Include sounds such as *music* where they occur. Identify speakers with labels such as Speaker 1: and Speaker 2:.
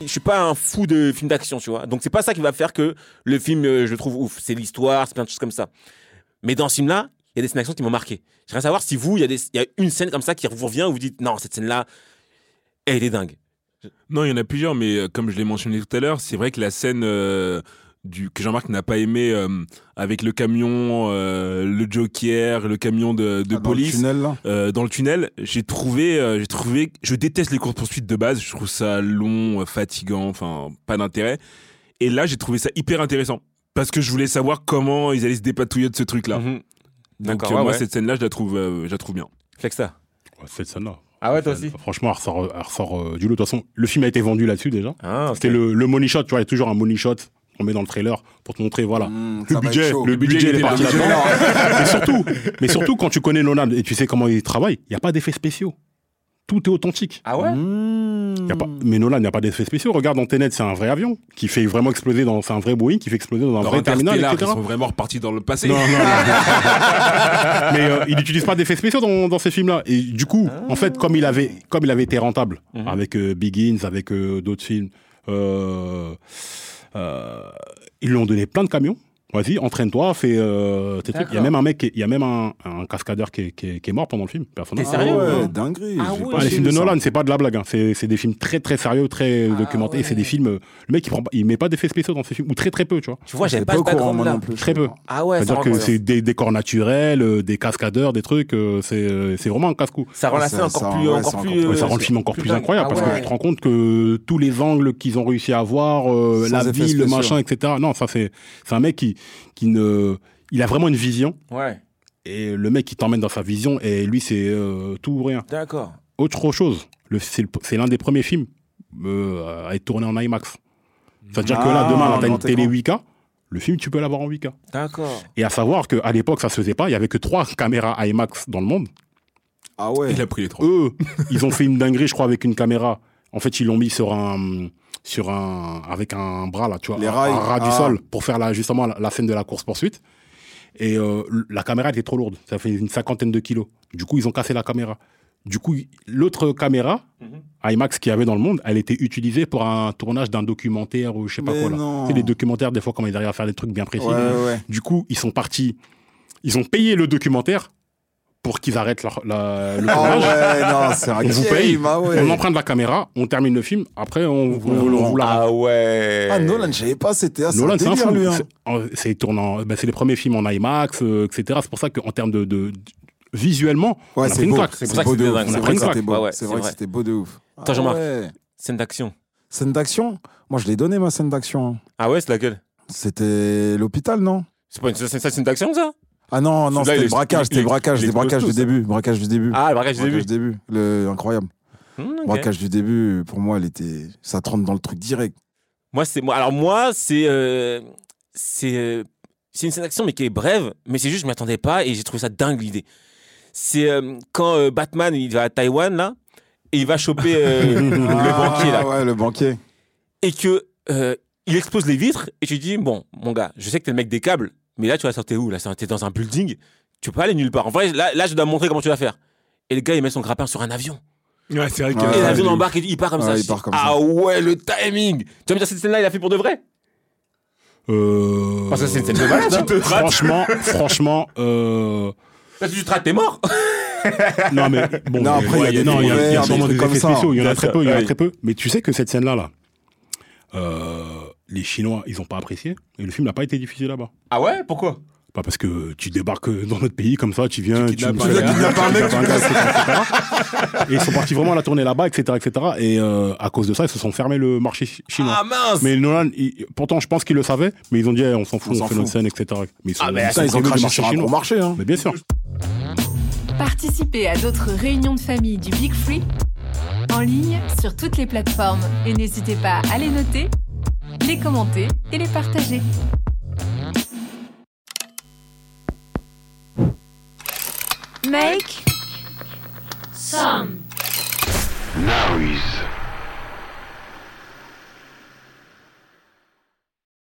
Speaker 1: Je suis pas un fou de films d'action, tu vois. Donc c'est pas ça qui va faire que le film, euh, je le trouve ouf. C'est l'histoire, c'est plein de choses comme ça. Mais dans ce film-là, il y a des scènes d'action qui m'ont marqué. J'aimerais savoir si vous, il y, a des- il y a une scène comme ça qui vous revient où vous dites non, cette scène-là, elle est dingue.
Speaker 2: Non, il y en a plusieurs, mais euh, comme je l'ai mentionné tout à l'heure, c'est vrai que la scène euh, du, que Jean-Marc n'a pas aimé euh, avec le camion, euh, le Joker, le camion de, de
Speaker 3: Ah, dans le
Speaker 2: police.
Speaker 3: tunnel, là.
Speaker 2: euh, dans le tunnel, j'ai trouvé, euh, j'ai trouvé, je déteste les courses poursuites de base. Je trouve ça long, euh, fatigant, enfin pas d'intérêt. Et là, j'ai trouvé ça hyper intéressant parce que je voulais savoir comment ils allaient se dépatouiller de ce truc-là.
Speaker 1: Mhm.
Speaker 2: Donc
Speaker 1: D'accord,
Speaker 2: euh,
Speaker 1: ouais,
Speaker 2: moi,
Speaker 1: ouais.
Speaker 2: cette scène-là, je la trouve, euh, je la trouve bien.
Speaker 1: Flex ça.
Speaker 4: Ouais, Cette scène-là.
Speaker 1: Ah ouais,
Speaker 4: Enfin, Euh, Franchement, elle ressort, elle ressort, euh, du lot. De toute façon, le film a été vendu là-dessus déjà.
Speaker 1: Ah,
Speaker 4: C'était
Speaker 1: ok.
Speaker 4: le, le money shot, tu vois, il y a toujours un money shot qu'on met dans le trailer pour te montrer, voilà. le, budget, le budget, il est parti
Speaker 2: *laughs*
Speaker 3: budget,
Speaker 4: là-dedans. mais, surtout, mais surtout, quand tu connais Nolan et tu sais comment il travaille, il n'y a pas d'effets spéciaux. Tout est authentique.
Speaker 1: Ah ouais
Speaker 4: Y a pas, mais Nolan, il n'y a pas d'effets spéciaux. Regarde, Antenet, c'est un vrai avion qui fait vraiment exploser dans. C'est un vrai Boeing qui fait exploser dans un
Speaker 2: Dans
Speaker 4: vrai terminal,
Speaker 2: Interstellar,
Speaker 4: etc.
Speaker 2: ils sont vraiment repartis dans le passé.
Speaker 4: Non, non, non. mais euh, il n'utilise pas d'effets spéciaux dans, dans ces films-là. Et du coup,
Speaker 1: Ah.
Speaker 4: en fait, comme il avait, comme il avait été rentable
Speaker 1: Mhm.
Speaker 4: avec euh, Begins, avec euh, d'autres films, euh, euh, ils lui ont donné plein de camions. Vas-y, entraîne-toi, fais euh, tes trucs. Il y a même un mec, qui- il y a même un, un cascadeur qui est, qui est- qui est mort pendant le film. personnage.
Speaker 1: T'es sérieux
Speaker 3: ouais,
Speaker 1: hein
Speaker 3: dinguerie.
Speaker 1: Ah
Speaker 3: j'ai
Speaker 1: ouais.
Speaker 3: pas
Speaker 4: Ah, les
Speaker 3: su
Speaker 4: films de
Speaker 3: ça.
Speaker 4: Nolan, c'est pas de la blague. hein. C'est c'est des films très très sérieux,
Speaker 1: Ah
Speaker 4: très documentés. Et C'est des films. euh, Le mec, il, prend, pas- il met pas d'effets spéciaux dans ses films, ou très très peu, tu vois.
Speaker 1: Tu vois, j'avais
Speaker 3: J'étais
Speaker 1: pas,
Speaker 3: pas
Speaker 1: ce
Speaker 3: au courant, moi
Speaker 1: background-là.
Speaker 3: non plus.
Speaker 4: Très peu.
Speaker 1: Ah ouais, ça
Speaker 4: C'est-à-dire
Speaker 1: rend,
Speaker 4: que
Speaker 1: ouais.
Speaker 4: c'est des décors naturels, euh, des cascadeurs, des trucs, euh, c'est euh, c'est vraiment un casse-cou.
Speaker 1: ça rend la
Speaker 3: Ça-
Speaker 1: scène
Speaker 3: ça-
Speaker 1: encore plus.
Speaker 3: ouais,
Speaker 1: encore
Speaker 3: ça rend
Speaker 1: plus,
Speaker 3: encore-
Speaker 1: euh,
Speaker 3: ouais,
Speaker 4: ça rend le film encore plus,
Speaker 1: dingue.
Speaker 4: incroyable
Speaker 1: Ah
Speaker 4: parce que
Speaker 1: ouais.
Speaker 4: tu te rends compte que tous les angles qu'ils ont réussi à avoir, euh,
Speaker 3: Sans
Speaker 4: la
Speaker 3: effets
Speaker 4: ville, le
Speaker 3: spéciaux.
Speaker 4: machin, etc. Non, ça c'est c'est un mec qui, qui ne, il a vraiment une vision
Speaker 1: Ouais,
Speaker 4: et le mec qui t'emmène dans sa vision et lui c'est euh, tout ou rien.
Speaker 1: d'accord.
Speaker 4: Autre chose, le- c'est le- c'est l'un des premiers films euh, à être tourné en IMAX. C'est-à-dire que là
Speaker 3: Ah,
Speaker 4: demain, là, t'as une
Speaker 3: grand
Speaker 4: télé 8K,
Speaker 3: écran.
Speaker 4: le film tu peux l'avoir en 8K.
Speaker 1: D'accord.
Speaker 4: Et à savoir qu'à l'époque, ça se faisait pas. Il y avait que trois caméras IMAX dans le monde.
Speaker 3: Ah ouais.
Speaker 2: Il a pris les trois.
Speaker 3: *laughs*
Speaker 4: Eux, ils ont fait une dinguerie, je crois, avec une caméra. En fait, ils l'ont mis sur un, sur un, avec un bras là, tu vois,
Speaker 3: Les
Speaker 4: un-
Speaker 3: rails.
Speaker 4: un ras du
Speaker 3: Ah.
Speaker 4: sol pour faire la, justement la, la scène de la course poursuite. Et euh, la caméra était trop lourde. Ça fait une cinquantaine de kilos. Du coup, ils ont cassé la caméra. Du coup, l'autre caméra
Speaker 3: Mhm.
Speaker 4: IMAX qu'il y avait dans le monde, elle était utilisée pour un tournage d'un documentaire ou je sais pas
Speaker 3: Mais
Speaker 4: quoi. là.
Speaker 3: non.
Speaker 4: Tu sais, les documentaires, des fois, quand ils arrivent à faire des trucs bien précis.
Speaker 3: Ouais, ouais, ouais.
Speaker 4: Du coup, ils sont partis. Ils ont payé le documentaire pour qu'ils arrêtent leur- la- le
Speaker 3: Ah
Speaker 4: tournage.
Speaker 3: ouais, non, c'est un
Speaker 4: On vous
Speaker 3: game,
Speaker 4: paye,
Speaker 3: ah ouais.
Speaker 4: on emprunte la caméra, on termine le film, après on, on- on vous la rend.
Speaker 1: Ah ouais.
Speaker 3: Ah, Nolan, je savais pas, c'était ah, c'est
Speaker 4: Nolan, c'est un
Speaker 3: délire,
Speaker 4: fou.
Speaker 3: lui. hein.
Speaker 4: C'est- en- C'est tournant- ben, c'est les premiers films en IMAX, euh, etc. C'est pour ça qu'en termes de, de- de- visuellement, on
Speaker 3: Ouais,
Speaker 4: a pris
Speaker 3: c'est
Speaker 4: une
Speaker 3: beau.
Speaker 4: claque.
Speaker 3: C'est
Speaker 1: pour ça que
Speaker 3: beau de
Speaker 1: c'était
Speaker 3: ouf.
Speaker 1: dingue.
Speaker 3: C'est
Speaker 4: On a
Speaker 3: vrai
Speaker 4: pris
Speaker 3: que
Speaker 4: une
Speaker 3: c'était
Speaker 1: claque. Ah
Speaker 3: beau.
Speaker 1: ouais,
Speaker 3: C'est
Speaker 1: c'est
Speaker 3: vrai que
Speaker 1: vrai.
Speaker 3: c'était beau de ouf.
Speaker 1: Attends,
Speaker 3: Ah
Speaker 1: Jean-Marc.
Speaker 3: ouais.
Speaker 1: Scène d'action.
Speaker 3: Scène d'action Moi, je l'ai donné, ma scène d'action.
Speaker 1: Ah ouais, c'est laquelle
Speaker 3: C'était l'hôpital, non
Speaker 1: C'est pas une c'est- c'est une scène d'action, ça
Speaker 3: Ah non,
Speaker 2: Celui-là,
Speaker 3: non,
Speaker 2: il
Speaker 3: c'était le
Speaker 2: est-
Speaker 3: braquage,
Speaker 2: il est-
Speaker 3: c'était le braquage,
Speaker 2: il
Speaker 3: c'était le braquage du
Speaker 2: explose tout,
Speaker 3: début. Braquage du début.
Speaker 1: Ah, le braquage, j'ai vu.
Speaker 3: Braquage du début. Le- Incroyable.
Speaker 1: Hmm, ok.
Speaker 3: Braquage du début, pour moi, elle était... ça te rentre dans le truc direct.
Speaker 1: Moi, c'est moi. Alors moi, c'est euh, c'est euh, c'est une scène d'action, mais qui est brève. Mais c'est juste, je m'y attendais pas et j'ai trouvé ça dingue l'idée. C'est euh, quand euh, Batman il va à Taïwan là et il va choper euh,
Speaker 3: *laughs*
Speaker 1: le banquier là
Speaker 3: Ah Ouais, le banquier.
Speaker 1: et que euh, il expose les vitres et tu dis bon, mon gars, je sais que t'es le mec des câbles, mais là tu vas sortir où Là, t'es dans un building, tu peux pas aller nulle part. En vrai, là, là, je dois montrer comment tu vas faire. Et le gars, il met son grappin sur un avion.
Speaker 2: Ouais, c'est vrai
Speaker 3: Ouais.
Speaker 1: et
Speaker 3: Ah,
Speaker 1: l'avion
Speaker 3: il est
Speaker 1: embarque et il part comme
Speaker 3: Ouais,
Speaker 1: ça.
Speaker 3: il
Speaker 1: Je
Speaker 3: part
Speaker 1: dis,
Speaker 3: comme ça.
Speaker 1: ah ouais, le timing Tu vas me dire, cette scène-là, il a fait pour de vrai
Speaker 4: Euh,
Speaker 1: Parce que c'est une scène de malade, tu te rates.
Speaker 4: *laughs* Franchement, franchement, euh,
Speaker 1: Parce que tu te rates, t'es mort
Speaker 4: non mais bon,
Speaker 3: Non,
Speaker 4: mais-
Speaker 3: après, il y a
Speaker 4: ouais,
Speaker 3: des
Speaker 4: non, il y a- il y a
Speaker 3: couverts,
Speaker 4: sûrement
Speaker 3: des
Speaker 4: des
Speaker 3: trucs
Speaker 4: effets
Speaker 3: comme ça.
Speaker 4: spéciaux, il y en a
Speaker 1: Bien
Speaker 4: très
Speaker 1: sûr,
Speaker 4: peu, il y en a
Speaker 1: ouais.
Speaker 4: très peu. Mais tu sais que cette scène là là, euh, les Chinois, ils ont pas apprécié et le film n'a pas été diffusé là-bas.
Speaker 1: Ah ouais Pourquoi
Speaker 4: Pas Bah, parce que tu débarques euh, dans notre pays comme ça, tu viens,
Speaker 2: Tu
Speaker 4: tu,
Speaker 2: kidnappes
Speaker 4: nous
Speaker 2: un
Speaker 4: fais-
Speaker 2: gars, tu
Speaker 3: kidnappes un mec,
Speaker 4: tu
Speaker 3: *laughs*
Speaker 4: kidnappes un gars, etc. Et ils sont partis vraiment à la tournée là-bas, etc., etc. Et euh, à cause de ça, ils se sont fermés le marché chi- chinois.
Speaker 1: Ah mince
Speaker 4: Mais Nolan, il- pourtant, je pense qu'ils le savaient, mais ils ont dit, eh, on s'en fout,
Speaker 3: On
Speaker 4: on,
Speaker 3: s'en
Speaker 4: fait notre
Speaker 3: fout.
Speaker 4: scène, etc. Mais ils sont,
Speaker 1: Ah, mais
Speaker 3: Putain, ils ont
Speaker 4: fermés le
Speaker 3: craché
Speaker 4: marché
Speaker 3: sur un gros
Speaker 4: chinois.
Speaker 3: marché. Hein.
Speaker 4: Mais bien sûr.
Speaker 5: Participez à d'autres réunions de famille du Big Free en ligne sur toutes les plateformes et n'hésitez pas à les noter, les commenter et les partager. Make
Speaker 6: Noise.